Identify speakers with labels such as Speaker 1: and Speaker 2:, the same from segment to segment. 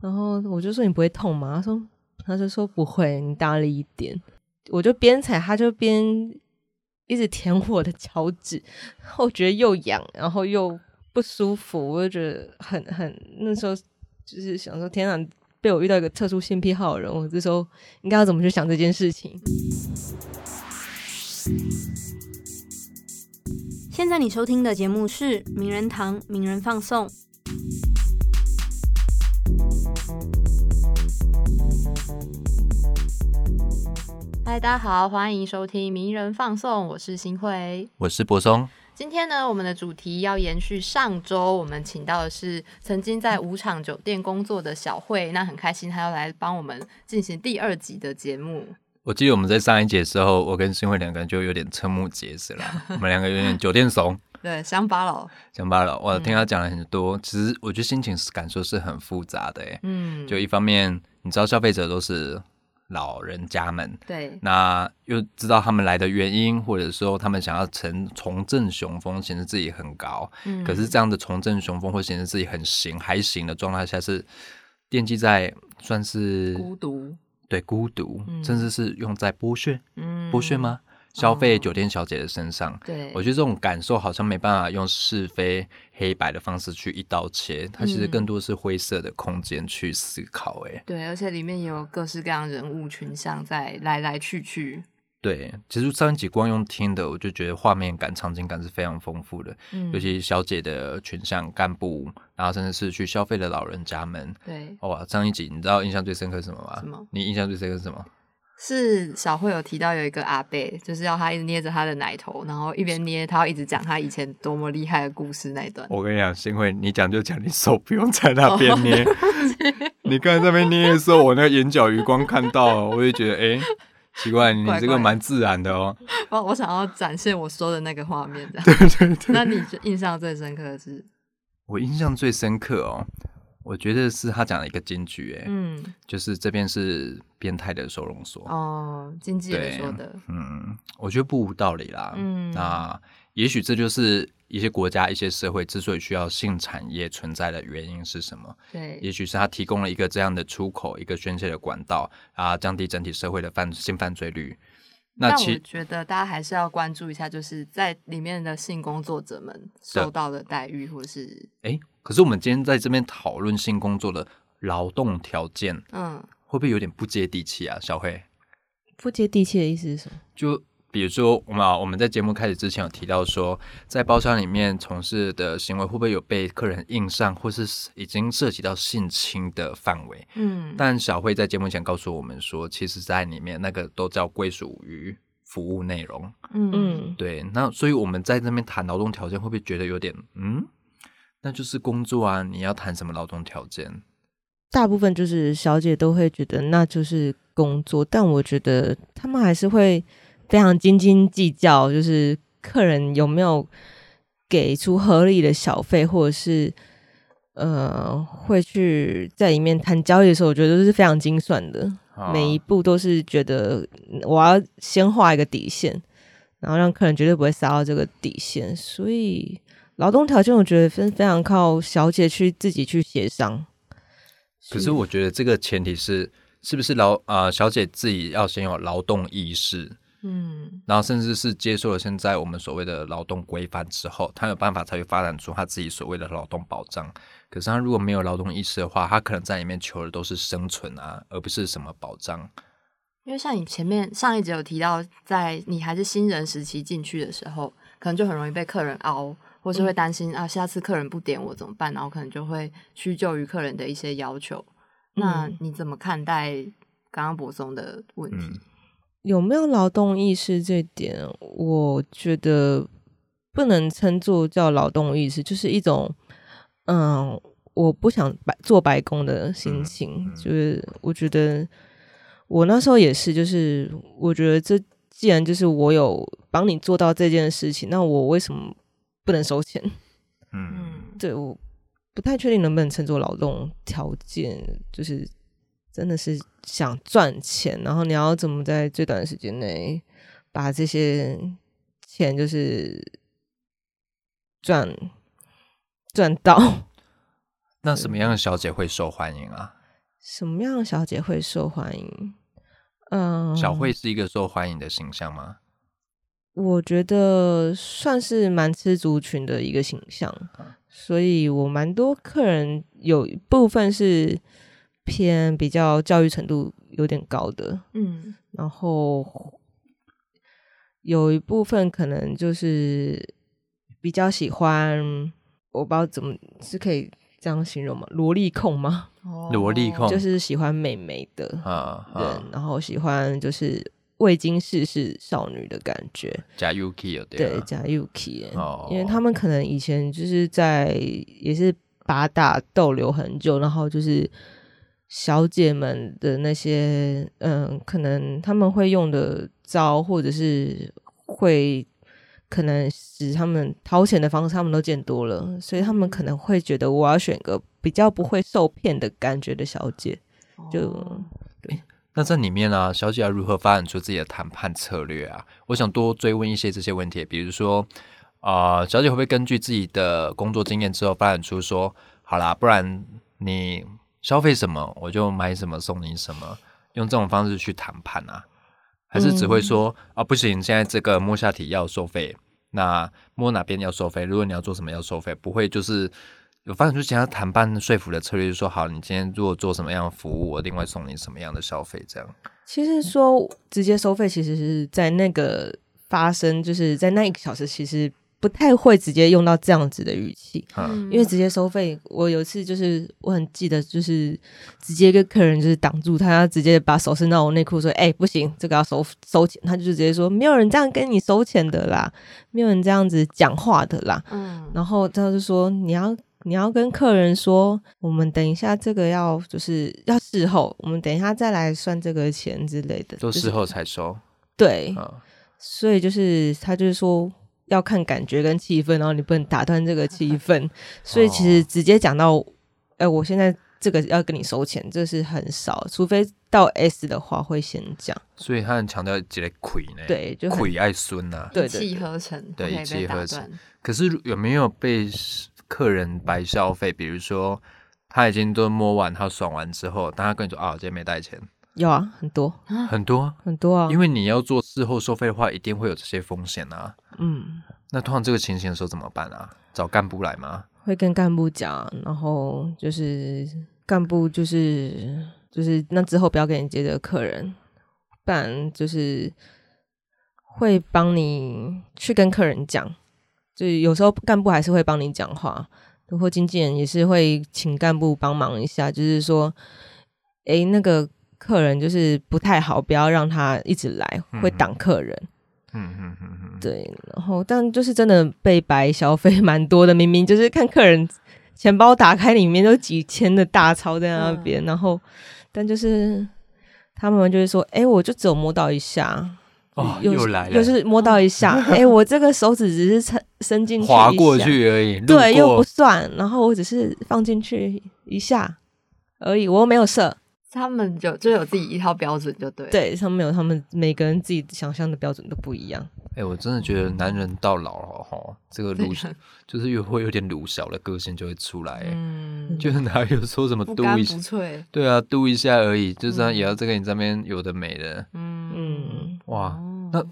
Speaker 1: 然后我就说你不会痛吗？他说他就说不会，你大力一点。我就边踩，他就边一直舔我的脚趾，我觉得又痒，然后又不舒服，我就觉得很很那时候就是想说，天哪，被我遇到一个特殊性癖好的人，我这时候应该要怎么去想这件事情？
Speaker 2: 现在你收听的节目是《名人堂名人放送》。
Speaker 3: 嗨，大家好，欢迎收听《名人放送》，我是新慧。
Speaker 4: 我是柏松，
Speaker 3: 今天呢，我们的主题要延续上周，我们请到的是曾经在五场酒店工作的小慧，那很开心她要来帮我们进行第二集的节目。
Speaker 4: 我记得我们在上一节的时候，我跟新慧两个人就有点瞠目结舌了，我们两个有点酒店怂，
Speaker 3: 对，乡巴佬，
Speaker 4: 讲罢了。我听他讲了很多，其实我觉得心情是感受是很复杂的、欸，
Speaker 3: 嗯，
Speaker 4: 就一方面你知道消费者都是老人家们，
Speaker 3: 对，
Speaker 4: 那又知道他们来的原因，或者说他们想要乘重振雄风，显示自己很高，
Speaker 3: 嗯
Speaker 4: 可是这样的重振雄风或显示自己很行还行的状态下是惦记在算是
Speaker 3: 孤独，
Speaker 4: 对孤独，
Speaker 3: 嗯
Speaker 4: 甚至是用在剥削。
Speaker 3: 嗯，哦
Speaker 4: 剥削？吗？消费酒店小姐的身上，
Speaker 3: 对，
Speaker 4: 我觉得这种感受好像没办法用是非黑白的方式去一刀切，它其实
Speaker 3: 嗯
Speaker 4: 更多是灰色的空间去思考、欸。
Speaker 3: 对，而且里面也有各式各样人物群像在来来去去，
Speaker 4: 对，其实上一集光用听的，我就觉得画面感、场景感是非常丰富的，
Speaker 3: 嗯
Speaker 4: 尤其小姐的群像、干部，然后甚至是去消费的老人家们。
Speaker 3: 对，
Speaker 4: 哇，上一集你知道印象最深刻是什么吗？
Speaker 3: 什么
Speaker 4: 你印象最深刻是什么？
Speaker 3: 是小慧有提到有一个阿伯，就是要他一直捏着他的奶头，然后一边捏，他要一直讲他以前多么厉害的故事那一段。
Speaker 4: 我跟你讲，幸会你讲就讲，你手不用在那
Speaker 3: 哦
Speaker 4: 边捏。你刚才那边捏的时候，我那个眼角余光看到了，我就觉得，哎、奇怪，你
Speaker 3: 怪
Speaker 4: 这
Speaker 3: 怪的
Speaker 4: 个蛮自然 的哦。
Speaker 3: 我我想要展现我说的那个画面，这样。
Speaker 4: 对对对，
Speaker 3: 那你就印象最深刻的是，
Speaker 4: 我印象最深刻哦，我觉得是他讲了一个金句，哎、
Speaker 3: 嗯，
Speaker 4: 就是这边是变态的收容所。
Speaker 3: 哦，经纪人说的，
Speaker 4: 嗯，我觉得不无道理啦。
Speaker 3: 嗯
Speaker 4: 那也许这就是一些国家、一些社会之所以需要性产业存在的原因是什么？也
Speaker 3: 对，
Speaker 4: 许是他提供了一个这样的出口，一个宣泄的管道啊，降低整体社会的犯性犯罪率。那
Speaker 3: 但我
Speaker 4: 其
Speaker 3: 觉得大家还是要关注一下，就是在里面的性工作者们受到的待遇，或是
Speaker 4: 诶，可是我们今天在这边讨论性工作的劳动条件，
Speaker 3: 嗯，
Speaker 4: 会不会有点不接地气啊？小黑，
Speaker 1: 不接地气的意思是什么？
Speaker 4: 就比如说我们啊，我们在节目开始之前有提到说，在包厢里面从事的行为会不会有被客人硬上，或是已经涉及到性侵的范围？
Speaker 3: 嗯，
Speaker 4: 但小慧在节目前告诉我们说，其实，在里面那个都叫归属于服务内容。
Speaker 3: 嗯，
Speaker 1: 嗯，
Speaker 4: 对，那所以我们在那边谈劳动条件，会不会觉得有点嗯？那就是工作啊，你要谈什么劳动条件？
Speaker 1: 大部分就是小姐都会觉得那就是工作，但我觉得他们还是会非常斤斤计较，就是客人有没有给出合理的小费，或者是呃会去在里面谈交易的时候，我觉得都是非常精算的，
Speaker 4: 啊
Speaker 1: 每一步都是觉得嗯我要先画一个底线，然后让客人绝对不会杀到这个底线，所以。劳动条件，我觉得非非常靠小姐去自己去协商。
Speaker 4: 可是我觉得这个前提是，是不是劳啊、小姐自己要先有劳动意识，
Speaker 3: 嗯，
Speaker 4: 然后甚至是接受了现在我们所谓的劳动规范之后，她有办法才会发展出她自己所谓的劳动保障。可是她如果没有劳动意识的话，她可能在里面求的都是生存啊，
Speaker 1: 嗯
Speaker 4: 而不是什么保障。
Speaker 3: 因为像你前面上一集有提到，在你还是新人时期进去的时候，可能就很容易被客人凹，或是会担心、啊，下次客人不点我怎么办？然后可能就会屈就于客人的一些要求。那
Speaker 1: 嗯
Speaker 3: 你怎么看待刚刚柏松的问题？
Speaker 4: 嗯
Speaker 1: 有没有劳动意识这点，我觉得不能称作叫劳动意识，就是一种嗯，我不想白做白工的心情。
Speaker 4: 嗯
Speaker 1: 就是我觉得我那时候也是，就是我觉得这既然就是我有帮你做到这件事情，那我为什么不能收钱？
Speaker 4: 嗯，
Speaker 3: 嗯，
Speaker 1: 对，我不太确定能不能称作劳动条件，就是真的是想赚钱，然后你要怎么在最短的时间内把这些钱就是赚赚到。
Speaker 4: 那什么样的小姐会受欢迎啊？
Speaker 1: 什么样的小姐会受欢迎？嗯，
Speaker 4: 小慧是一个受欢迎的形象吗？
Speaker 1: 我觉得算是蛮吃族群的一个形象，
Speaker 4: 嗯
Speaker 1: 所以我蛮多客人有一部分是偏比较教育程度有点高的，
Speaker 3: 嗯
Speaker 1: 然后有一部分可能就是比较喜欢，我不知道怎么是可以这样形容吗？萝莉控吗？
Speaker 3: 哦
Speaker 4: 萝莉控
Speaker 1: 就是喜欢美眉的人，
Speaker 4: 啊啊，
Speaker 1: 然后喜欢就是未经世事少女的感觉。
Speaker 4: 加 Yuki 有
Speaker 1: 对，
Speaker 4: 啊
Speaker 1: 加 Yuki，、
Speaker 4: 哦
Speaker 1: 因为他们可能以前就是在也是八大逗留很久，然后就是小姐们的那些嗯，可能他们会用的招，或者是会可能使他们掏钱的方式，他们都见多了，所以他们可能会觉得我要选个比较不会受骗的感觉的小姐，就、
Speaker 4: 那这里面呢、小姐要如何发展出自己的谈判策略啊？我想多追问一些这些问题，比如说，啊、小姐会不会根据自己的工作经验之后发展出说，好啦，不然你消费什么，我就买什么送你什么，用这种方式去谈判啊？还是只会
Speaker 1: 嗯
Speaker 4: 说、啊，不行，现在这个摸下体要收费，那摸哪边要收费？如果你要做什么要收费，不会就是有发展出其他谈判说服的策略，就是说好，你今天如果做什么样的服务，我另外送你什么样的消费，这样。
Speaker 1: 其实说直接收费，其实是在那个发生，就是在那一个小时，其实不太会直接用到这样子的语气，
Speaker 4: 嗯
Speaker 1: 因为直接收费，我有一次就是我很记得，就是直接跟客人就是挡住他，他直接把手伸到我内裤说：“哎、不行，这个要收收钱。”他就直接说：“没有人这样跟你收钱的啦，没有人这样子讲话的啦。”
Speaker 3: 嗯
Speaker 1: 然后他就说你要你要跟客人说，我们等一下这个要就是要事后，我们等一下再来算这个钱之类的，
Speaker 4: 都
Speaker 1: 就是
Speaker 4: 事后才收
Speaker 1: 对，
Speaker 4: 啊、
Speaker 1: 所以就是他就是说。要看感觉跟气氛，然后你不能打断这个气氛，所以其实
Speaker 4: 哦
Speaker 1: 直接讲到，哎、我现在这个要跟你收钱，这是很少，除非到 S 的话会先讲，
Speaker 4: 所以他很强调一个亏呢，，
Speaker 1: 对，就很
Speaker 4: 亏爱孙啊呐、
Speaker 1: 对
Speaker 3: 一
Speaker 1: 对
Speaker 3: 气呵成，
Speaker 4: 对
Speaker 3: 不可以
Speaker 4: 一
Speaker 3: 被
Speaker 4: 气
Speaker 3: 打
Speaker 4: 呵
Speaker 3: 断。
Speaker 4: 可是有没有被客人白消费？比如说他已经都摸完，他爽完之后，但他跟你说啊，我今天没带钱，
Speaker 1: 有啊，很多
Speaker 4: 很多，
Speaker 1: 很多啊，
Speaker 4: 因为你要做事后收费的话，一定会有这些风险啊。
Speaker 1: 嗯，
Speaker 4: 那通常这个情形的时候怎么办啊？找干部来吗？
Speaker 1: 会跟干部讲，然后就是干部就是就是那之后不要给你接的客人，不然就是会帮你去跟客人讲，就是有时候干部还是会帮你讲话，或经纪人也是会请干部帮忙一下，就是说，诶，那个客人就是不太好，不要让他一直来，会
Speaker 4: 嗯
Speaker 1: 挡客人。
Speaker 4: 嗯嗯嗯嗯，
Speaker 1: 对，然后但就是真的被白消费 蛮多的，明明就是看客人钱包打开，里面都几千的大钞在
Speaker 4: 嗯
Speaker 1: 那边，然后但就是他们就会说，哎、我就只有摸到一下。
Speaker 4: 哦，
Speaker 1: 又
Speaker 4: 又来了，
Speaker 1: 又是摸到一 下，哎、我这个手指只是伸伸进去
Speaker 4: 划
Speaker 1: 一
Speaker 4: 过
Speaker 1: 下，
Speaker 4: 去而已，路
Speaker 1: 对，又
Speaker 4: 过
Speaker 1: 不算，然后我只是放进去一下而已，我又没有射，
Speaker 3: 他们有就有自己一套标准，就对。，
Speaker 1: 对，他们有他们每个人自己想象的标准都不一样，
Speaker 4: 哎、我真的觉得男人到老了吼，这个鲁就是越会有点鲁小的个性就会出来、欸，
Speaker 3: 嗯，
Speaker 4: 就是哪有说什么
Speaker 3: 不
Speaker 4: 嘟
Speaker 3: 干
Speaker 4: 一
Speaker 3: 不
Speaker 4: 下，
Speaker 3: 脆，
Speaker 4: 对啊，嘟一下而已，就这样也要这个你这边有的没的，
Speaker 3: 嗯
Speaker 1: 嗯，
Speaker 4: 哇！
Speaker 3: 哦
Speaker 4: 那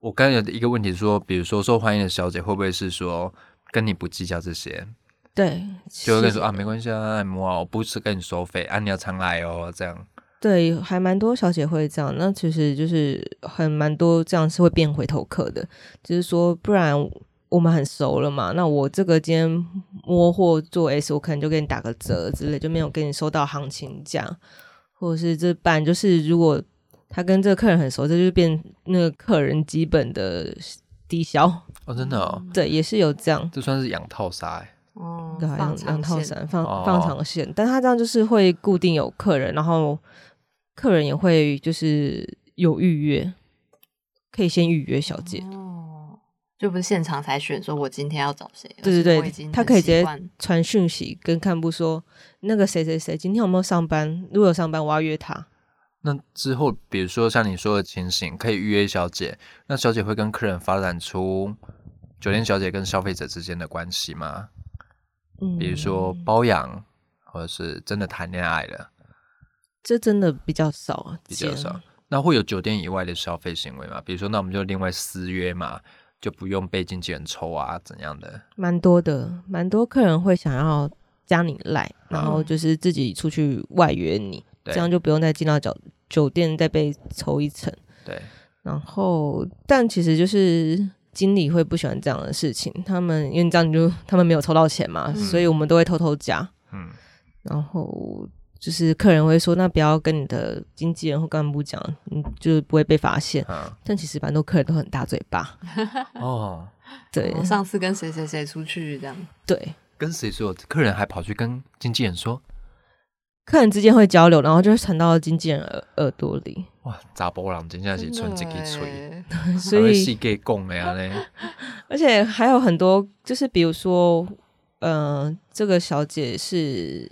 Speaker 4: 我刚才有一个问题说，比如说受欢迎的小姐会不会是说跟你不计较这些，
Speaker 1: 对，
Speaker 4: 就会跟你说
Speaker 1: 是
Speaker 4: 啊没关系啊，按摩啊，我不是跟你收费啊，你要常来哦，这样
Speaker 1: 对，还蛮多小姐会这样。那其实就是很蛮多这样是会变回头客的，就是说，不然我们很熟了嘛，那我这个今天摸或做 S，我可能就给你打个折之类，就没有给你收到行情价，或者是这半就是如果他跟这个客人很熟，这就变那个客人基本的低消。
Speaker 4: 哦，真的哦，
Speaker 1: 对，也是有这样。
Speaker 4: 这算是养套杀、欸，
Speaker 3: 哦，
Speaker 1: 对啊，
Speaker 3: 放
Speaker 1: 两
Speaker 3: 长
Speaker 1: 两套
Speaker 3: 线
Speaker 1: 伞放
Speaker 4: 哦
Speaker 1: 放长线，但他这样就是会固定有客人，然后客人也会就是有预约，可以先预约小姐。
Speaker 3: 哦，就不是现场才选，说我今天要找谁。而
Speaker 1: 对
Speaker 3: 是
Speaker 1: 对
Speaker 3: 我已
Speaker 1: 对
Speaker 3: 经，
Speaker 1: 他
Speaker 3: 很
Speaker 1: 可以
Speaker 3: 习
Speaker 1: 直接
Speaker 3: 惯
Speaker 1: 传讯息跟干部说，那个谁谁谁今天有没有上班？如果有上班，我要约他。
Speaker 4: 那之后，比如说像你说的情形，可以预约小姐，那小姐会跟客人发展出酒店小姐跟消费者之间的关系吗？
Speaker 1: 嗯，
Speaker 4: 比如说包养，或者是真的谈恋爱了，
Speaker 1: 这真的比较少啊，
Speaker 4: 比较
Speaker 1: 见
Speaker 4: 少。那会有酒店以外的消费行为吗？比如说，那我们就另外私约嘛，就不用被经纪人抽啊，怎样的？
Speaker 1: 蛮多的，蛮多客人会想要加你赖，然后就是自己出去外约你，
Speaker 4: 啊对
Speaker 1: 这样就不用再进到酒酒店再被抽一层。
Speaker 4: 对，
Speaker 1: 然后，但其实就是经理会不喜欢这样的事情，他们因为这样你就他们没有抽到钱嘛，所以我们都会偷偷加。
Speaker 4: 嗯，
Speaker 1: 然后就是客人会说，那不要跟你的经纪人或干部讲，你就是不会被发现。
Speaker 4: 啊，
Speaker 1: 但其实蛮多客人都很大嘴巴，
Speaker 4: 哦，
Speaker 1: 对、
Speaker 3: 我上次跟谁谁谁出去这样，
Speaker 1: 对，
Speaker 4: 跟谁说？客人还跑去跟经纪人说，
Speaker 1: 客人之间会交流，然后就会传到经纪人耳耳朵里。
Speaker 4: 哇，查波人真正是存自己吹，
Speaker 3: 欸
Speaker 1: 所
Speaker 4: 是
Speaker 1: 以，
Speaker 4: 给供的啊 呀嘞，
Speaker 1: 而且还有很多，就是比如说，呃，这个小姐是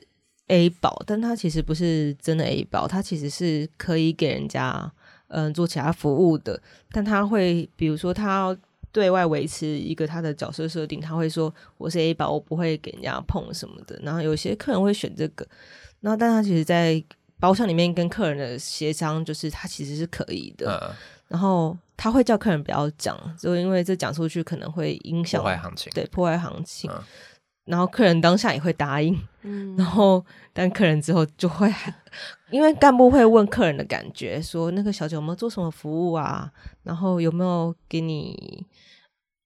Speaker 1: A 宝，但她其实不是真的 A 宝，她其实是可以给人家嗯、呃做其他服务的，但她会，比如说她要对外维持一个她的角色设定，她会说我是 A 宝，我不会给人家碰什么的。然后有些客人会选这个，然后但她其实，在包厢里面跟客人的协商，就是她其实是可以的，
Speaker 4: 嗯，
Speaker 1: 然后他会叫客人不要讲，就因为这讲出去可能会影响
Speaker 4: 破坏行情，
Speaker 1: 对破坏行情。
Speaker 4: 嗯
Speaker 1: 然后客人当下也会答应，
Speaker 2: 嗯
Speaker 1: 然后但客人之后就会，因为干部会问客人的感觉，说那个小姐有没有做什么服务啊，然后有没有给你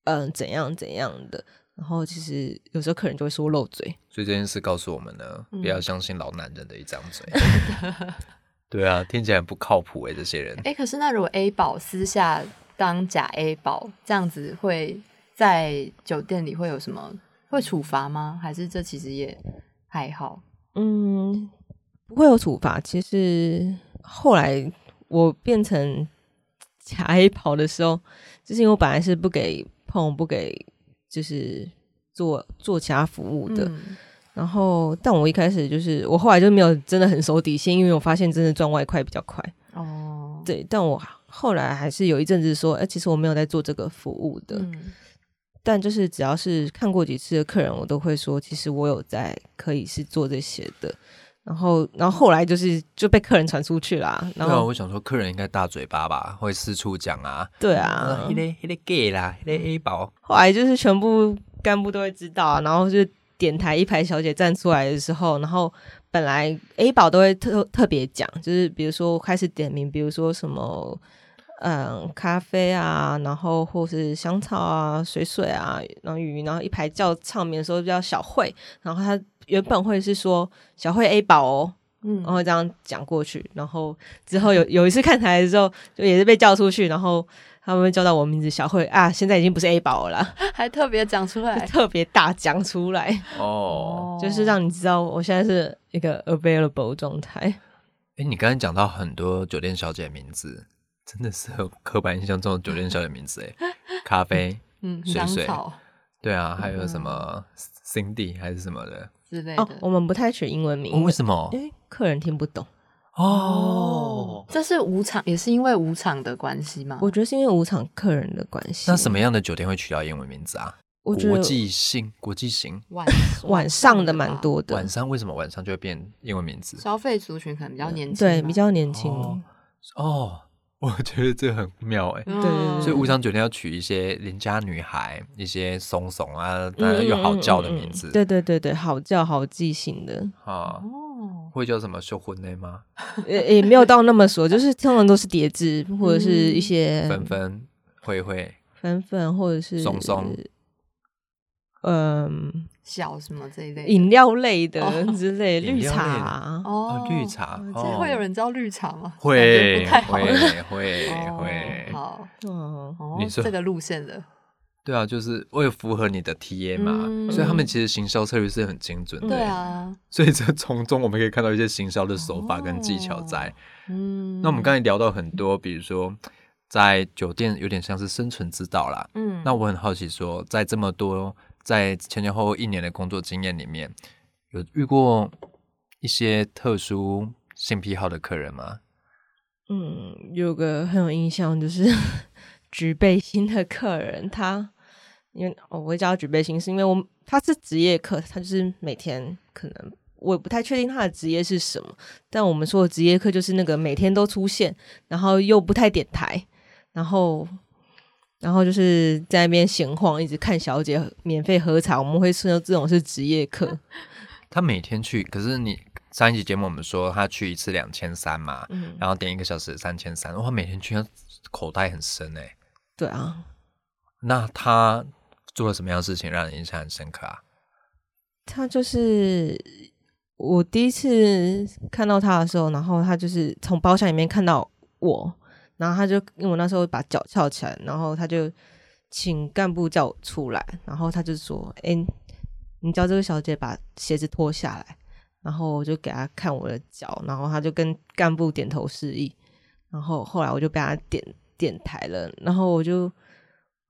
Speaker 1: 嗯、呃怎样怎样的，然后其实有时候客人就会说漏嘴，
Speaker 4: 所以这件事告诉我们呢，
Speaker 3: 嗯
Speaker 4: 不要相信老男人的一张 嘴。对啊，听起来很不靠谱诶，这些人。
Speaker 3: 哎、可是那如果 A 宝私下当假 A 宝，这样子会在酒店里会有什么会处罚吗？还是这其实也还好？
Speaker 1: 嗯，不会有处罚。其实后来我变成假 A 跑的时候，就是因为我本来是不给碰、不给就是做做其他服务的。
Speaker 3: 嗯
Speaker 1: 然后，但我一开始就是我后来就没有真的很守底线，因为我发现真的赚外快比较快。
Speaker 3: 哦，
Speaker 1: 对，但我后来还是有一阵子说，哎、其实我没有在做这个服务的。
Speaker 3: 嗯
Speaker 1: 但就是只要是看过几次的客人，我都会说，其实我有在可以是做这些的。然后，然后后来就是就被客人传出去啦。然
Speaker 4: 对啊，
Speaker 1: 后，
Speaker 4: 我想说客人应该大嘴巴吧，会四处讲啊，
Speaker 1: 对
Speaker 4: 啊
Speaker 1: 啊，
Speaker 4: 那个那个 gay 啦，那个 A 宝，
Speaker 1: 后来就是全部干部都会知道啊。然后就是点台一排小姐站出来的时候，然后本来 A 宝都会特特别讲，就是比如说开始点名，比如说什么。嗯，咖啡啊，然后或是香草啊、水水啊，然后鱼，然后一排叫唱名的时候叫小慧，然后他原本会是说小慧 A 宝哦，
Speaker 3: 嗯
Speaker 1: 然后这样讲过去，然后之后有 有一次看台的时候， 就也是被叫出去，然后他们叫到我名字小慧啊，现在已经不是 A 宝了啦，
Speaker 3: 还特别讲出
Speaker 1: 就
Speaker 3: 来 哦
Speaker 1: 特别大讲出来，
Speaker 4: 哦，
Speaker 1: 就是让你知道我现在是一个 available 状态。
Speaker 4: 哎，你刚才讲到很多酒店小姐的名字，真的是有刻板印象中的酒店小姐的名字哎，咖啡，
Speaker 3: 嗯
Speaker 4: 水
Speaker 3: 香
Speaker 4: 水
Speaker 3: 草
Speaker 4: 对啊，还有什么
Speaker 1: 嗯
Speaker 4: Cindy 还是什么的，
Speaker 3: 之类的。
Speaker 1: 哦，我们不太取英文名，
Speaker 4: 哦为什么
Speaker 1: 因？为客人听不懂。
Speaker 4: 哦，
Speaker 3: 这是舞场，也是因为舞场的关系吗？
Speaker 1: 我觉得是因为舞场客人的关系。
Speaker 4: 那什？么样的酒店会取到英文名字啊？
Speaker 1: 我觉
Speaker 4: 国
Speaker 1: 得
Speaker 4: 际性、国际型，
Speaker 3: 晚
Speaker 1: 晚上的蛮
Speaker 3: 吧，
Speaker 1: 多的
Speaker 4: 晚，上为什么晚上就会变英文名字？
Speaker 3: 消费族群可能比较年轻吧，
Speaker 1: 对，比较年轻。
Speaker 4: 哦哦，我觉得这很妙哎。
Speaker 1: 对
Speaker 3: 嗯
Speaker 1: 对
Speaker 4: 所以
Speaker 1: 对
Speaker 4: 无常酒店要取一些邻家女孩、一些怂怂啊，
Speaker 1: 嗯
Speaker 4: 那又好叫的
Speaker 1: 嗯嗯嗯
Speaker 4: 名字。
Speaker 1: 对对对对，好叫好记性的，
Speaker 4: 啊，
Speaker 3: 哦，
Speaker 4: 会叫什么秀婚内吗？
Speaker 1: 也也没有到那么说，就是通常都是叠字或者是
Speaker 3: 嗯
Speaker 1: 一些
Speaker 4: 纷纷、慧慧、
Speaker 1: 粉粉或者是
Speaker 4: 松松，
Speaker 1: 嗯，
Speaker 3: 小什么这一类的
Speaker 1: 饮料类的之类，
Speaker 4: 饮
Speaker 1: 绿
Speaker 4: 料类的
Speaker 1: 茶啊，
Speaker 3: 哦
Speaker 4: 哦，绿茶
Speaker 1: 我，
Speaker 4: 哦
Speaker 3: 会有人知道绿茶吗？感觉
Speaker 4: 会
Speaker 3: 不太好。
Speaker 4: 会会
Speaker 3: 哦
Speaker 4: 会，
Speaker 3: 好
Speaker 1: 哦，
Speaker 3: 哦
Speaker 4: 你，说
Speaker 3: 这个路线的，
Speaker 4: 对啊，就是为了符合你的 TA 嘛，
Speaker 3: 嗯
Speaker 4: 所以他们其实行销策略是很精准的。欸
Speaker 3: 对，啊，
Speaker 4: 所以这从中我们可以看到一些行销的手法跟技巧在。
Speaker 3: 嗯，
Speaker 4: 那我们刚才聊到很多，比如说在酒店有点像是生存之道啦。
Speaker 3: 嗯，
Speaker 4: 那我很好奇说，在这么多在前前后后一年的工作经验里面，有遇过一些特殊性癖好的客人吗？
Speaker 1: 嗯，有个很有印象就是 举背心的客人，他因为哦，我会叫他举背心，是因为我他是职业课，他就是每天可能我也不太确定他的职业是什么，但我们说的职业课就是那个每天都出现，然后又不太点台，然后然后就是在那边闲晃，一直看小姐免费喝茶，我们会说这种是职业课。
Speaker 4: 他每天去，可是你上一集节目我们说他去一次两千三嘛，
Speaker 1: 嗯，
Speaker 4: 然后点一个小时三千三，哇，每天去他口袋很深哎、
Speaker 1: 对啊，
Speaker 4: 那他做了什么样的事情让你印象很深刻啊？
Speaker 1: 他就是我第一次看到他的时候，然后他就是从包厢里面看到我，然后他就因为我那时候把脚翘起来，然后他就请干部叫我出来，然后他就说：“哎、你叫这个小姐把鞋子脱下来。”然后我就给他看我的脚，然后他就跟干部点头示意，然后后来我就被他点点台了，然后我就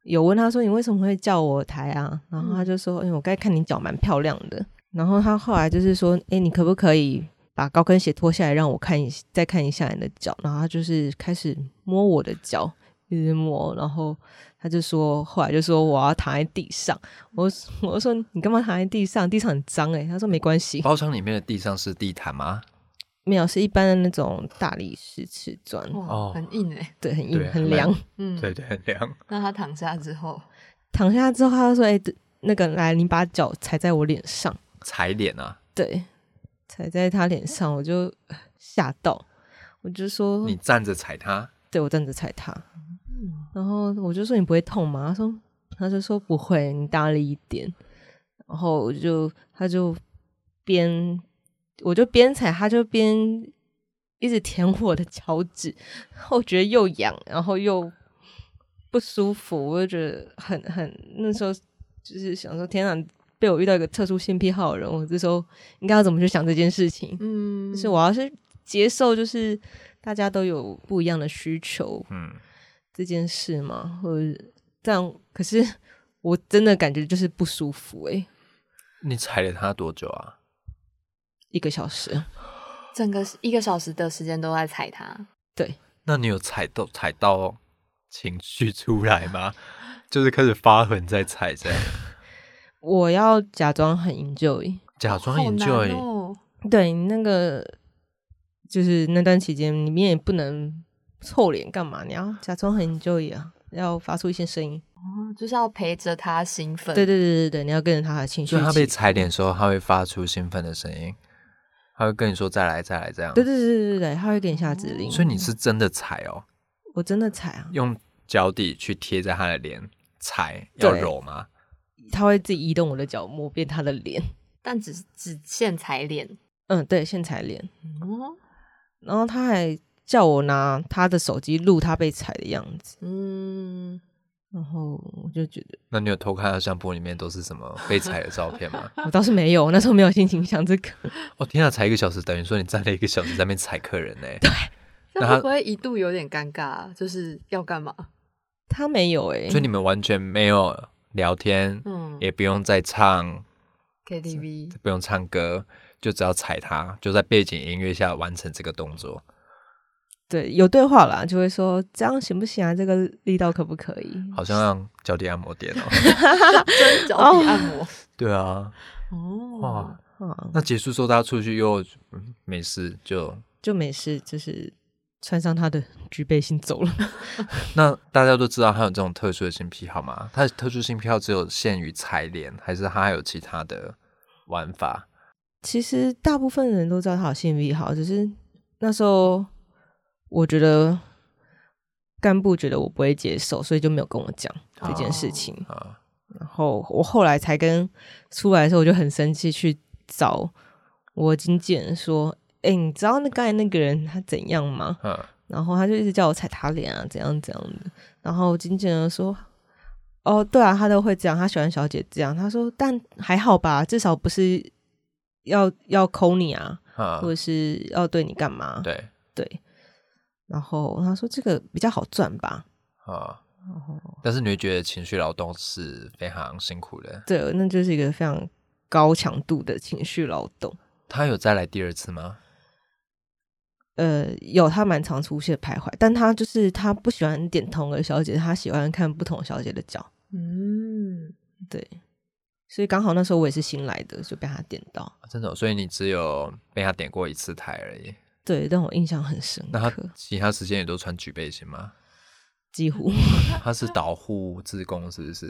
Speaker 1: 有问他说你为什么会叫我台啊？然后他就说，因为我刚才看你脚蛮漂亮的。然后他后来就是说，哎，你可不可以把高跟鞋脱下来让我看一再看一下你的脚？然后他就是开始摸我的脚，一直摸，然后他就说，后来就说我要躺在地上。我就我就说你干嘛躺在地上？地上很脏哎、他说没关系，
Speaker 4: 包厢里面的地上是地毯吗？
Speaker 1: 没有是一般的那种大理石瓷砖，
Speaker 4: 哦
Speaker 3: 哇，很硬哎、
Speaker 1: 对，很
Speaker 4: 对
Speaker 1: 硬
Speaker 4: 还
Speaker 1: 很
Speaker 4: 蛮
Speaker 1: 凉。
Speaker 3: 嗯，
Speaker 4: 对对，很凉。
Speaker 3: 那他躺下之后，
Speaker 1: 躺下之后，他就说，哎，那个来，你把脚踩在我脸上。
Speaker 4: 踩脸啊！
Speaker 1: 对，踩在他脸上，我就呃吓到，我就说
Speaker 3: 嗯
Speaker 4: 你，站着踩他，
Speaker 1: 对我站着踩他，然后我就说你不会痛吗？他说，他就说不会，你大力一点。然后我就，他就边，我就边踩，他就边一直舔我的脚趾， 我觉得又痒，然后又不舒服，我就觉得很很那时候就是想说，天啊，被我遇到一个特殊性癖好的人，我这时候应该要怎么去想这件事情？
Speaker 3: 嗯，
Speaker 1: 就是我要是接受，就是大家都有不一样的需求
Speaker 4: 嗯，
Speaker 1: 这件事嘛，或者但可是我真的感觉就是不舒服诶、
Speaker 4: 你踩了他多久啊？
Speaker 1: 一个小时，
Speaker 3: 整个一个小时的时间都在踩他，
Speaker 4: 那你有踩到踩到情绪出来吗？就是开始发狠在踩这样，
Speaker 1: 我要假装很 enjoy。
Speaker 4: 假装
Speaker 3: 好难
Speaker 4: enjoy，、
Speaker 3: 哦，
Speaker 1: 对，那个就是那段期间，你们也不能臭脸干嘛？你要假装很 enjoy 啊，要发出一些声音。
Speaker 3: 哦就是要陪着他兴奋，
Speaker 1: 对对对对对，你要跟着他的情绪
Speaker 4: 所以他被
Speaker 1: 起
Speaker 4: 踩脸的时候，他会发出兴奋的声音，他会跟你说再来再来这样。
Speaker 1: 对对对对对对，他会给你下指令。
Speaker 4: 所以你是真的踩哦，
Speaker 1: 我真的踩啊，
Speaker 4: 用脚底去贴在他的脸踩，要
Speaker 1: 对
Speaker 4: 揉吗？
Speaker 1: 他会自己移动我的脚，摸遍他的脸。
Speaker 3: 但只只限踩脸，
Speaker 1: 嗯，对，现踩脸。
Speaker 3: 哦，
Speaker 1: 然后他还叫我拿他的手机录他被踩的样子，
Speaker 3: 嗯，
Speaker 1: 然后我就觉得
Speaker 4: 那你有偷看他相簿里面都是什么被踩的照片吗？
Speaker 1: 我倒是没有，我那时候没有心情想这个。
Speaker 4: 哦天啊，才一个小时，等于说你站了一个小时在那边踩客人呢、
Speaker 3: 这
Speaker 4: 那他
Speaker 3: 会不会一度有点尴尬啊？就是要干嘛？
Speaker 1: 他没有哎、
Speaker 4: 所以你们完全没有聊天，
Speaker 3: 嗯
Speaker 4: 也不用再唱，
Speaker 3: ，KTV
Speaker 4: 不用唱歌，就只要踩他，就在背景音乐下完成这个动作。
Speaker 1: 对有对话啦，就会说这样行不行啊？这个力道可不可以？
Speaker 4: 好像脚底按摩店哦。
Speaker 3: 真脚底按摩，
Speaker 4: 对啊，哇
Speaker 3: 哦，，
Speaker 1: 啊，
Speaker 4: 那结束之后大家出去又、嗯没事就
Speaker 1: 就没事，就是穿上他的橘背心走了。
Speaker 4: 那大家都知道他有这种特殊的性癖好吗？他的特殊性癖好只有限于踩脸，还是他还有其他的玩法？
Speaker 1: 其实大部分人都知道他有性癖好，只是那时候我觉得干部觉得我不会接受，所以就没有跟我讲这件事情。
Speaker 4: 啊，
Speaker 1: 然后我后来才跟出来的时候，我就很生气，去找我经纪人说：“哎、你知道那刚才那个人他怎样吗？”
Speaker 4: 嗯，
Speaker 1: 然后他就一直叫我踩他脸啊，怎样怎样的。然后经纪人说：“哦，对啊，他都会这样，他喜欢小姐这样。”他说：“但还好吧，至少不是要要抠你啊，
Speaker 4: 啊
Speaker 1: 或，者是要对你干嘛？
Speaker 4: 对，
Speaker 1: 对。”然后他说：“这个比较好赚吧。”
Speaker 4: 啊。但是你会觉得情绪劳动是非常辛苦的。
Speaker 1: 对，那就是一个非常高强度的情绪劳动。
Speaker 4: 他有再来第二次吗？
Speaker 1: 呃，有他蛮常出现徘徊，但他就是他不喜欢点同个小姐，他喜欢看不同小姐的脚。
Speaker 3: 嗯，
Speaker 1: 对，所以刚好那时候我也是新来的，就被他点到。
Speaker 4: 啊真的哦、所以你只有被他点过一次台而已。
Speaker 1: 对，但我印象很深
Speaker 4: 那他
Speaker 1: 刻，
Speaker 4: 其他时间也都穿举背心吗？
Speaker 1: 几乎
Speaker 4: 他是导护自贡是不是？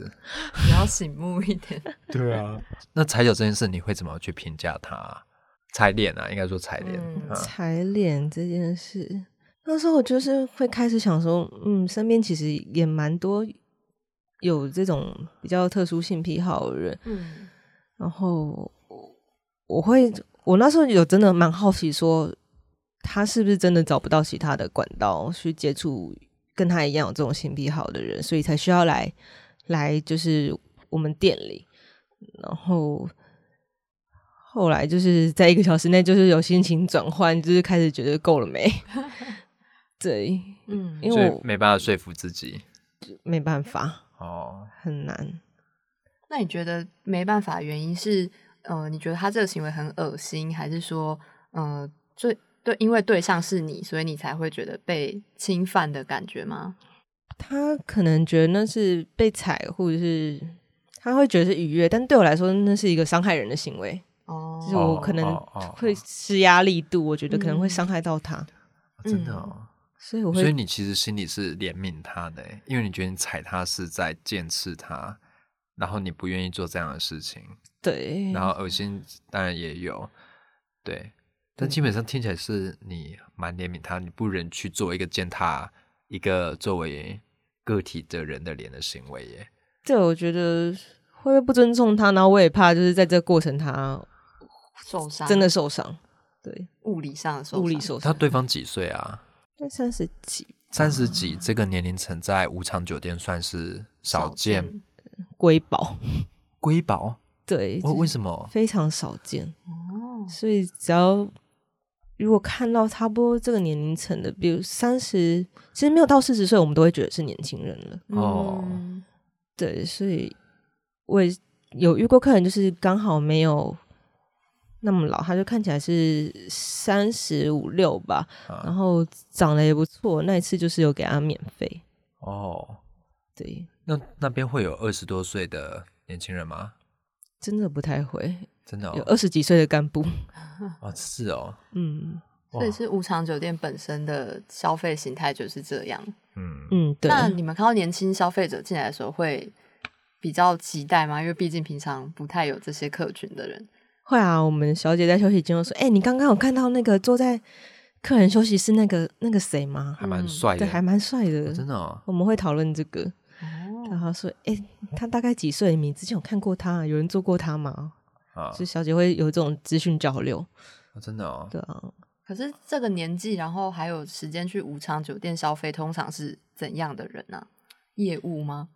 Speaker 3: 比较醒目一点。
Speaker 4: 对啊。 那踩脚这件事，你会怎么去评价他啊？踩脸啊，应该说踩脸。
Speaker 3: 嗯
Speaker 4: 啊
Speaker 1: 踩脸这件事，那时候我就是会开始想说，嗯，身边其实也蛮多有这种比较特殊性癖好的人，
Speaker 3: 嗯，
Speaker 1: 然后我我会，我那时候有真的蛮好奇说，他是不是真的找不到其他的管道去接触跟他一样有这种性癖好的人，所以才需要来来就是我们店里，然后。后来就是在一个小时内，就是有心情转换，就是开始觉得够了没？ 对，
Speaker 3: 嗯
Speaker 1: 因
Speaker 4: 所
Speaker 1: 为
Speaker 4: 以
Speaker 1: 我
Speaker 4: 没办法说服自己
Speaker 1: 没办法，
Speaker 4: 哦。
Speaker 1: 很难。
Speaker 3: 那你觉得没办法的原因是，呃，你觉得他这个行为很恶心，还是说，呃，最对，因为对象是你，所以你才会觉得被侵犯的感觉吗？
Speaker 1: 他可能觉得那是被踩，或者是他会觉得是愉悦，但对我来说，那是一个伤害人的行为，
Speaker 3: 哦，
Speaker 1: 就是我可能
Speaker 4: 哦哦哦
Speaker 1: 会施压力度，我觉得可能会伤害到他，
Speaker 4: 哦真的哦。
Speaker 1: 所以嗯我
Speaker 4: 所以
Speaker 1: 会
Speaker 4: 你其实心里是怜悯他的欸，因为你觉得你踩他是在剑刺他，然后你不愿意做这样的事情，
Speaker 1: 对，
Speaker 4: 然后恶心当然也有，对，
Speaker 1: 嗯
Speaker 4: 但基本上听起来是你蛮怜悯他，你不忍去做一个践踏一个作为个体的人的脸的行为耶。
Speaker 1: 对我觉得会不会不尊重他，然后我也怕就是在这个过程他
Speaker 3: 受伤
Speaker 1: 真的受伤，对，
Speaker 3: 物理上的受伤，
Speaker 1: 物理受
Speaker 4: 他
Speaker 1: 伤。
Speaker 4: 对方几岁啊？
Speaker 1: 那三十几
Speaker 4: 三十几
Speaker 1: 嗯
Speaker 4: 这个年龄层在无偿酒店算是少见，
Speaker 1: 瑰宝，
Speaker 4: 瑰宝。
Speaker 1: 对，
Speaker 4: 为为什么？
Speaker 1: 非常少见。
Speaker 3: 哦，
Speaker 1: 所以只要如果看到差不多这个年龄层的，比如三十，其实没有到四十岁，我们都会觉得是年轻人了。
Speaker 4: 哦
Speaker 3: 嗯
Speaker 1: 对，所以我也有遇过客人，就是刚好没有那么老，他就看起来是三十五六吧，然
Speaker 4: 啊、
Speaker 1: 后长得也不错。那一次就是有给他免费，
Speaker 4: 哦，
Speaker 1: 对，
Speaker 4: 那那边会有二十多岁的年轻人吗？
Speaker 1: 真的不太会，
Speaker 4: 真的
Speaker 1: 有
Speaker 4: 哦，
Speaker 1: 二十几岁的干部，
Speaker 4: 哦是哦，
Speaker 1: 嗯
Speaker 4: 哇
Speaker 3: 所以是无偿酒店本身的消费形态就是这样。
Speaker 4: 嗯，
Speaker 1: 嗯，对。
Speaker 3: 那你们看到年轻消费者进来的时候，会比较期待吗？因为毕竟平常不太有这些客群的人。
Speaker 1: 会啊，我们小姐在休息间就说：“哎、你刚刚有看到那个坐在客人休息室那个那个谁吗？
Speaker 4: 还蛮
Speaker 3: 嗯
Speaker 4: 帅的，
Speaker 1: 对，还蛮帅的。
Speaker 4: 哦真的哦，
Speaker 1: 我们会讨论这个。然
Speaker 3: 哦，
Speaker 1: 后说：“哎、他大概几岁？你们之前有看过他？有人做过他吗？”
Speaker 4: 啊
Speaker 1: 所以小姐会有这种资讯交流。
Speaker 4: 哦真的哦，
Speaker 1: 对啊，
Speaker 3: 可是这个年纪，然后还有时间去无偿酒店消费，通常是怎样的人呢、业务吗？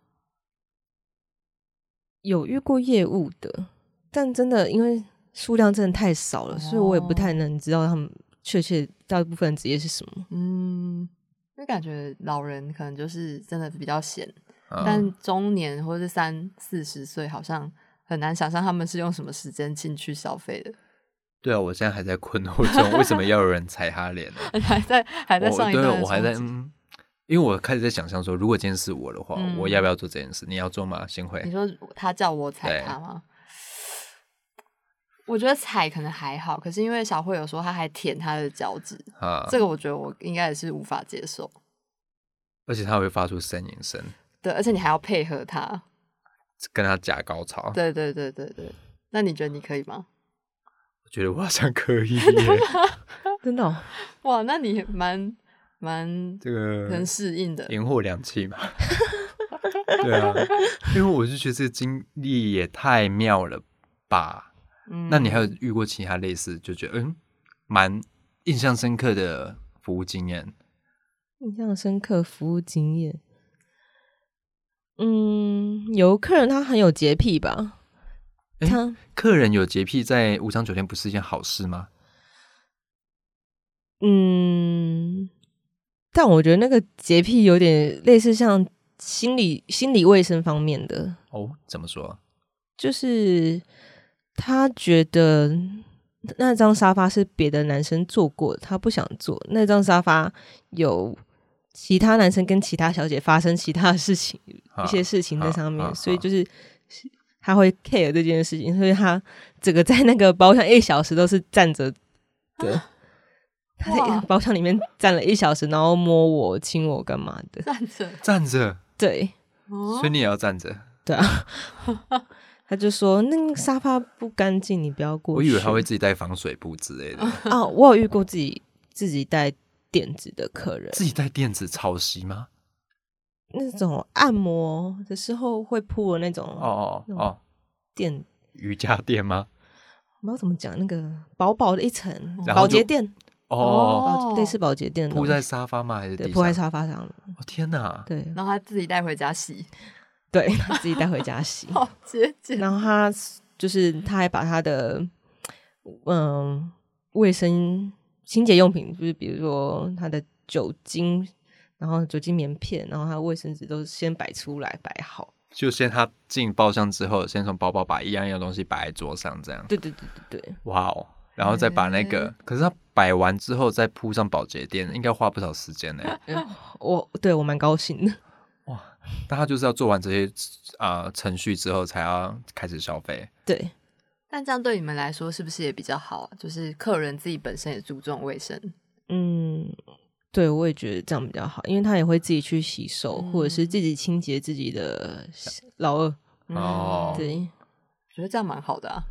Speaker 1: 有遇过业务的，但真的因为数量真的太少
Speaker 4: 哦
Speaker 1: 了，所以我也不太能知道他们确切大部分职业是什么。
Speaker 3: 嗯，因为感觉老人可能就是真的比较闲，
Speaker 4: 啊
Speaker 3: 但中年或是三四十岁，好像很难想象他们是用什么时间进去消费的。
Speaker 4: 对啊，我现在还在困惑中，为什么要有人踩他脸呢？
Speaker 3: 还在 还在上
Speaker 4: 我
Speaker 3: 一
Speaker 4: 对
Speaker 3: 段
Speaker 4: 啊，
Speaker 3: 的
Speaker 4: 我还在
Speaker 3: 冲击
Speaker 4: 嗯。因为我开始在想象说，如果今天是我的话，
Speaker 3: 嗯
Speaker 4: 我要不要做这件事？你要做吗？幸
Speaker 3: 你
Speaker 4: 会，
Speaker 3: 说他叫我踩
Speaker 4: 对
Speaker 3: 他吗？我觉得踩可能还好，可是因为小慧有说她还舔他的脚趾，
Speaker 4: 啊，
Speaker 3: 这个我觉得我应该也是无法接受。
Speaker 4: 而且他会发出呻吟声，
Speaker 3: 对，而且你还要配合他。
Speaker 4: 跟他假高潮。
Speaker 3: 对对对对对，那你觉得你可以吗？
Speaker 4: 我觉得我好像可 以耶，
Speaker 1: 真的哦、
Speaker 3: 哇，那你蛮蛮
Speaker 4: 这个
Speaker 3: 能适应的。
Speaker 4: 赢货两气嘛。 对啊，因为我就觉得这个经历也太妙了吧？
Speaker 3: 嗯
Speaker 4: 那你 还有遇过其他类似就觉得嗯蛮印象深刻的服务经验？
Speaker 1: 印象深刻服务经验，嗯，有客人他很有洁癖吧？
Speaker 4: 诶
Speaker 1: 他
Speaker 4: 客人有洁癖在无偿酒店不是一件好事吗？
Speaker 1: 嗯，但我觉得那个洁癖有点类似像心理心理卫生方面的，
Speaker 4: 哦，怎么说？
Speaker 1: 就是他觉得那张沙发是别的男生坐过的，他不想坐那张沙发有。其他男生跟其他小姐发生其他的事情，
Speaker 4: 啊
Speaker 1: 一些事情在
Speaker 4: 啊
Speaker 1: 上面，
Speaker 4: 啊
Speaker 1: 所以
Speaker 4: 啊
Speaker 1: 就是他会 care 这件事情，所以他整个在那个包厢一小时都是站着的。
Speaker 4: 啊
Speaker 1: 他在一个包厢里面站了一小时，然后摸我、亲我干嘛的？
Speaker 3: 站着，
Speaker 4: 站着，
Speaker 1: 对哦
Speaker 4: 所以你也要站着。
Speaker 1: 对啊，他就说那个沙发不干净，你不要过
Speaker 4: 我
Speaker 1: 去。
Speaker 4: 以 为他会自己带防水布之类的，
Speaker 1: 哦，我有遇过自己自己带垫子的客人，
Speaker 4: 自己带垫子抄袭吗？
Speaker 1: 那种按摩的时候会铺的那种
Speaker 4: 哦哦哦，
Speaker 1: 垫，
Speaker 4: 瑜伽垫吗？
Speaker 1: 我不知道怎么讲，那个薄薄的一层
Speaker 4: 然后
Speaker 1: 保
Speaker 4: 就
Speaker 1: 洁垫，
Speaker 4: 哦，
Speaker 1: 保类似保洁垫的
Speaker 4: 铺
Speaker 1: 东
Speaker 4: 在
Speaker 1: 西，
Speaker 4: 沙发吗？还是
Speaker 1: 对
Speaker 4: 地
Speaker 1: 铺在
Speaker 4: 上？
Speaker 1: 沙发上，
Speaker 4: 哦天哪！
Speaker 1: 对
Speaker 3: 然后他自己带回家洗，
Speaker 1: 对，他自己带回家洗。
Speaker 4: 哦
Speaker 3: 好节俭。
Speaker 1: 然后他就是他还把他的嗯卫生清洁用品，就是比如说他的酒精，然后酒精棉片，然后他的卫生纸都先摆出来摆好。
Speaker 4: 就先他进包厢之后，先从包包把一样一样东西摆在桌上，这样。
Speaker 1: 对嗯对对对对，
Speaker 4: 哇哦！然后再把那个，可是他摆完之后再铺上保洁垫，应该花不少时间呢。
Speaker 1: 我对我蛮高兴的。
Speaker 4: 但他就是要做完这些啊、呃程序之后，才要开始消费。
Speaker 1: 对，
Speaker 3: 但这样对你们来说是不是也比较好啊？就是客人自己本身也注重卫生，
Speaker 1: 嗯。对，我也觉得这样比较好，因为他也会自己去洗手，或者是
Speaker 4: 嗯
Speaker 1: 自己清洁自己的老二。
Speaker 3: 嗯
Speaker 4: 哦
Speaker 1: 对，
Speaker 3: 我觉得这样蛮好的啊，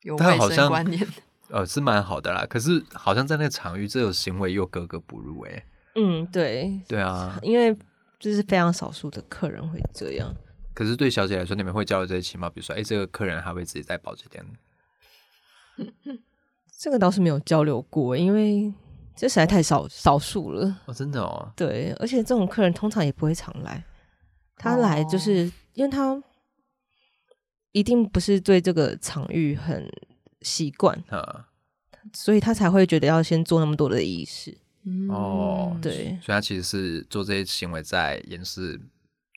Speaker 3: 有
Speaker 4: 但
Speaker 3: 卫
Speaker 4: 好
Speaker 3: 生
Speaker 4: 像
Speaker 3: 观念。
Speaker 4: 呃，是蛮好的啦。可是好像在那个场域，这种行为又格格不入诶。
Speaker 1: 嗯，对，
Speaker 4: 对啊，
Speaker 1: 因为就是非常少数的客人会这样。
Speaker 4: 可是对小姐来说，你们会交流这些情报，比如说，哎，这个客人还会自己带保洁垫，
Speaker 1: 这个倒是没有交流过，因为这实在太少少数了。
Speaker 4: 哦，真的哦，
Speaker 1: 对，而且这种客人通常也不会常来，他来
Speaker 4: 哦
Speaker 1: 就是、因为他一定不是对这个场域很习惯，
Speaker 4: 啊、
Speaker 1: 所以他才会觉得要先做那么多的仪式。
Speaker 4: 哦
Speaker 3: 嗯，
Speaker 1: 对，
Speaker 4: 所以他其实是做这些行为在掩饰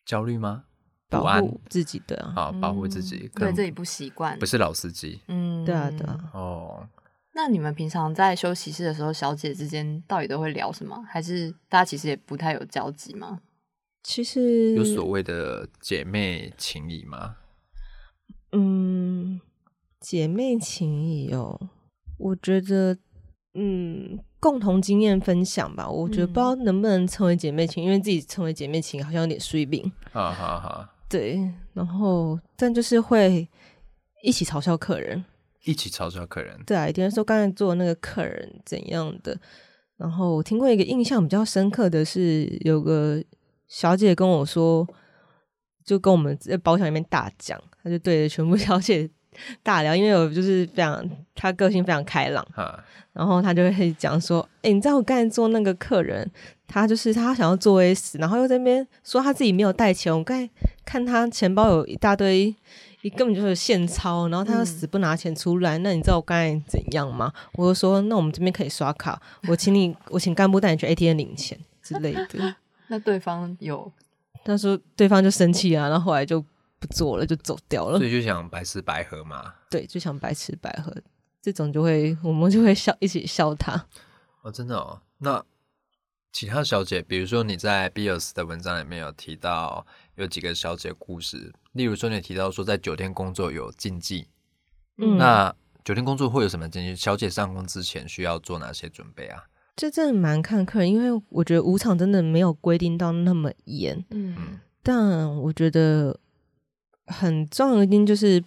Speaker 4: 焦虑吗？不
Speaker 1: 保
Speaker 4: 安
Speaker 1: 护自己的啊，
Speaker 4: 啊，保护自己，
Speaker 3: 嗯
Speaker 4: 可
Speaker 3: 对
Speaker 4: 能
Speaker 3: 自己不习惯
Speaker 4: 不。是老司机
Speaker 3: 嗯
Speaker 1: 对啊，对。啊。
Speaker 4: 哦。
Speaker 3: 那你们平常在休息室的时候，小姐之间到底都会聊什么？还是大家其实也不太有交集吗？
Speaker 1: 其实
Speaker 4: 有所谓的姐妹情谊吗？
Speaker 1: 嗯，姐妹情谊哦，我觉得，嗯，共同经验分享吧。我觉得不知道能不能成为姐妹情，因为自己成为姐妹情好像有点衰病。
Speaker 4: 啊哈哈，
Speaker 1: 对，然后但就是会一起嘲笑客人，
Speaker 4: 一起嘲笑客人，
Speaker 1: 对啊，一定会说刚才做的那个客人怎样的。然后我听过一个印象比较深刻的是，有个小姐跟我说，就跟我们在包厢里面大讲，她就对着全部 小姐大聊，因为我就是非常她个性非常开朗，
Speaker 4: 哈，
Speaker 1: 然后她就会讲说：“哎、你知道我刚才做那个客人，他就是他想要做 S，然后又在那边说他自己没有带钱，我刚才看他钱包有一大堆。”你根本就是现钞，然后他又死不拿钱出来，那你知道我刚才怎样吗？我就说，那我们这边可以刷卡，我请你，我请干部带你去 ATM 领钱之类的。
Speaker 3: 那对方有
Speaker 1: 他说对方就生气啊，然后后来就不做了，就走掉了
Speaker 4: 所。以就想白吃白喝嘛。
Speaker 1: 对，就想白吃白喝，这种就会我们就会笑，一起笑他。
Speaker 4: 哦，真的哦。那其他小姐，比如说你在 Bios 的文章里面有提到有几个小姐故事，例如说你提到说在酒店工作有禁忌，
Speaker 1: 嗯，
Speaker 4: 那酒店工作会有什么禁忌？小姐上工之前需要做哪些准备啊？
Speaker 1: 这真的蛮看客人，因为我觉得舞场真的没有规定到那么严，
Speaker 3: 嗯
Speaker 1: 但我觉得很重要的一点就是，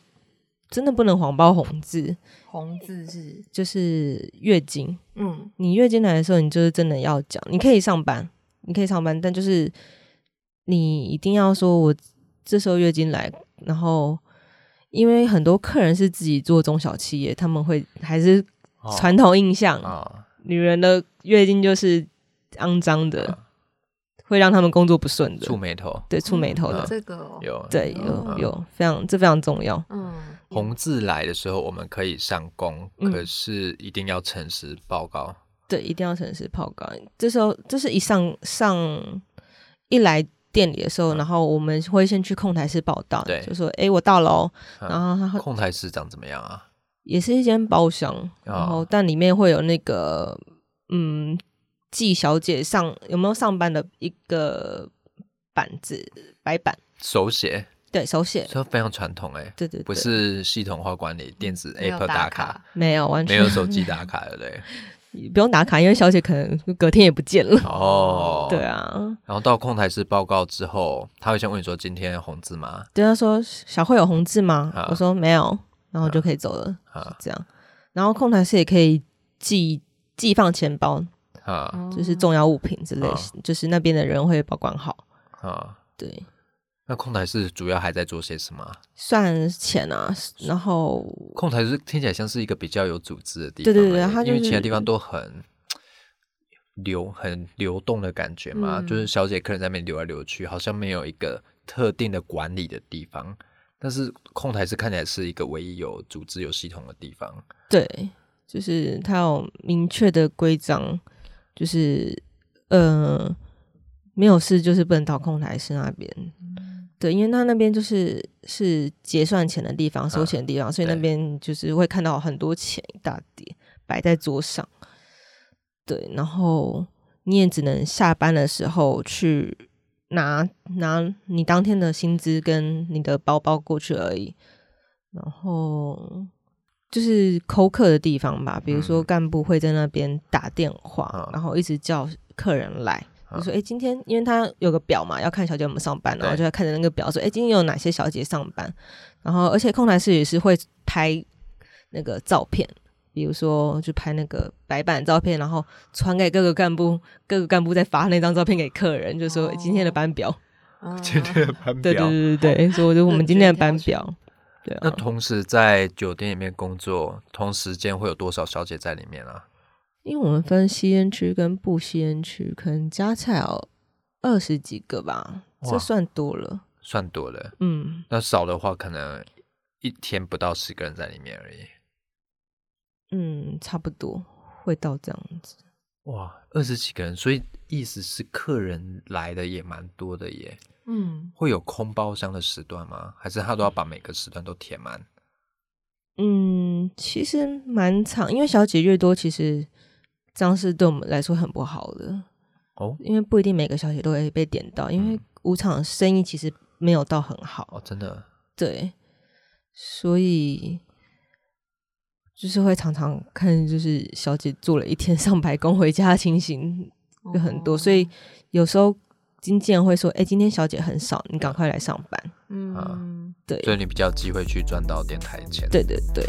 Speaker 1: 真的不能谎报红字，
Speaker 3: 红字是
Speaker 1: 就是月经。
Speaker 3: 嗯
Speaker 1: 你月经来的时候，你就是真的要讲，你可以上班，你可以上班，但就是你一定要说我这时候月经来，然后因为很多客人是自己做中小企业，他们会还是
Speaker 4: 哦
Speaker 1: 传统印象，
Speaker 4: 啊，
Speaker 1: 女人的月经就是肮脏的，会让他们工作不顺的
Speaker 4: 触，啊眉嗯啊头
Speaker 1: 对，触眉头的，
Speaker 3: 这个哦
Speaker 4: 有
Speaker 1: 对，
Speaker 3: 嗯
Speaker 1: 有有非常这非常重要，
Speaker 3: 嗯
Speaker 4: 红字来的时候，我们可以上工，
Speaker 1: 嗯
Speaker 4: 可是一定要诚实报告。
Speaker 1: 对，一定要诚实泡高。这时候，这是一上上一来店里的时候，然后我们会先去控台室报道，
Speaker 4: 嗯对
Speaker 1: 就说：“诶，我到了、哦。”
Speaker 4: 嗯
Speaker 1: 然后他会
Speaker 4: 控台市长怎么样啊？
Speaker 1: 也是一间包
Speaker 4: 哦
Speaker 1: 厢，然后但里面会有那个嗯，季小姐上有没有上班的一个板子白板，
Speaker 4: 手写
Speaker 1: 对手写，
Speaker 4: 这非常传统哎、
Speaker 1: 对对对，嗯
Speaker 4: 不是系统化管理，电子
Speaker 3: 没有
Speaker 4: app
Speaker 3: 打
Speaker 4: 卡，
Speaker 1: 没有完
Speaker 4: 没
Speaker 1: 全
Speaker 4: 有手机打卡，对不 对？
Speaker 1: 不用打卡，因为小姐可能隔天也不见了。
Speaker 4: 哦，
Speaker 1: 对。啊，
Speaker 4: 然后到控台室报告之后，他会先问你说今天红字吗？
Speaker 1: 对他说小慧有红字吗？
Speaker 4: 啊
Speaker 1: 我说没有，然后就可以走了，
Speaker 4: 啊
Speaker 1: 这样。然后控台室也可以寄寄放钱包，
Speaker 4: 啊
Speaker 3: 哦
Speaker 1: 就是重要物品之类，
Speaker 4: 啊
Speaker 1: 就是那边的人会保管好。
Speaker 4: 啊！
Speaker 1: 对，
Speaker 4: 那控台室主要还在做些什么啊？
Speaker 1: 算钱啊，然后
Speaker 4: 控台室听起来像是一个比较有组织的地方
Speaker 1: 对
Speaker 4: 欸，
Speaker 1: 对对它
Speaker 4: 因为
Speaker 1: 就
Speaker 4: 其他
Speaker 1: 是嗯
Speaker 4: 地方都很流很流动的感觉嘛，
Speaker 3: 嗯
Speaker 4: 就是小姐客人在那边流来流去，好像没有一个特定的管理的地方。但是控台室看起来是一个唯一有组织、有系统的地方。
Speaker 1: 对，就是它有明确的规章，就是呃，没有事就是不能到控台室那边。对，因为他那边就是是结算钱的地方、收钱的地方，所以那
Speaker 4: 对
Speaker 1: 边就是会看到很多钱一大叠摆在桌上。对，然后你也只能下班的时候去拿拿你当天的薪资跟你的包包过去而已。然后就是扣客的地方吧，比如说
Speaker 4: 嗯
Speaker 1: 干部会在那边打电话，
Speaker 4: 啊
Speaker 1: 然后一直叫客人来。
Speaker 4: 啊
Speaker 1: 就说：“哎、今天因为他有个表嘛，要看小姐有没有上班，然后
Speaker 4: 对
Speaker 1: 就要看着那个表说：哎、今天有哪些小姐上班？然后而且控台室也是会拍那个照片，比如说就拍那个白板照片，然后传给各个干部，各个干部再发那张照片给客人，就说、
Speaker 3: 哦
Speaker 1: 诶今天的班表。
Speaker 3: 嗯
Speaker 4: 今天的班
Speaker 1: 对对对对对，所以我就我们今天的班表，对
Speaker 4: 那
Speaker 1: 啊，
Speaker 4: 同时在酒店里面工作，同时间会有多少小姐在里面啊？
Speaker 1: 因为我们分吸烟区跟不吸烟区，可能加起来有二十几个吧，
Speaker 4: 哇
Speaker 1: 这算多了。
Speaker 4: 算多了。
Speaker 1: 嗯，
Speaker 4: 那少的话，可能一天不到十个人在里面而已。
Speaker 1: 嗯，差不多会到这样子。
Speaker 4: 哇，二十几个人，所以意思是客人来的也蛮多的耶。
Speaker 3: 嗯，
Speaker 4: 会有空包厢的时段吗？还是他都要把每个时段都填满？
Speaker 1: 嗯，其实蛮长，因为小姐越多，其实这样是对我们来说很不好的，
Speaker 4: 哦
Speaker 1: 因为不一定每个小姐都会被点到，因为
Speaker 4: 嗯
Speaker 1: 舞场生意其实没有到很好，
Speaker 4: 哦，真的
Speaker 1: 对，所以就是会常常看，就是小姐做了一天上白工回家的情形有很多，所以有时候经纪人会说：“哎、今天小姐很少，你赶快来上班。
Speaker 4: 啊
Speaker 3: 嗯，”
Speaker 1: 对，
Speaker 4: 所以你比较有机会去赚到电台钱。
Speaker 1: 对对对。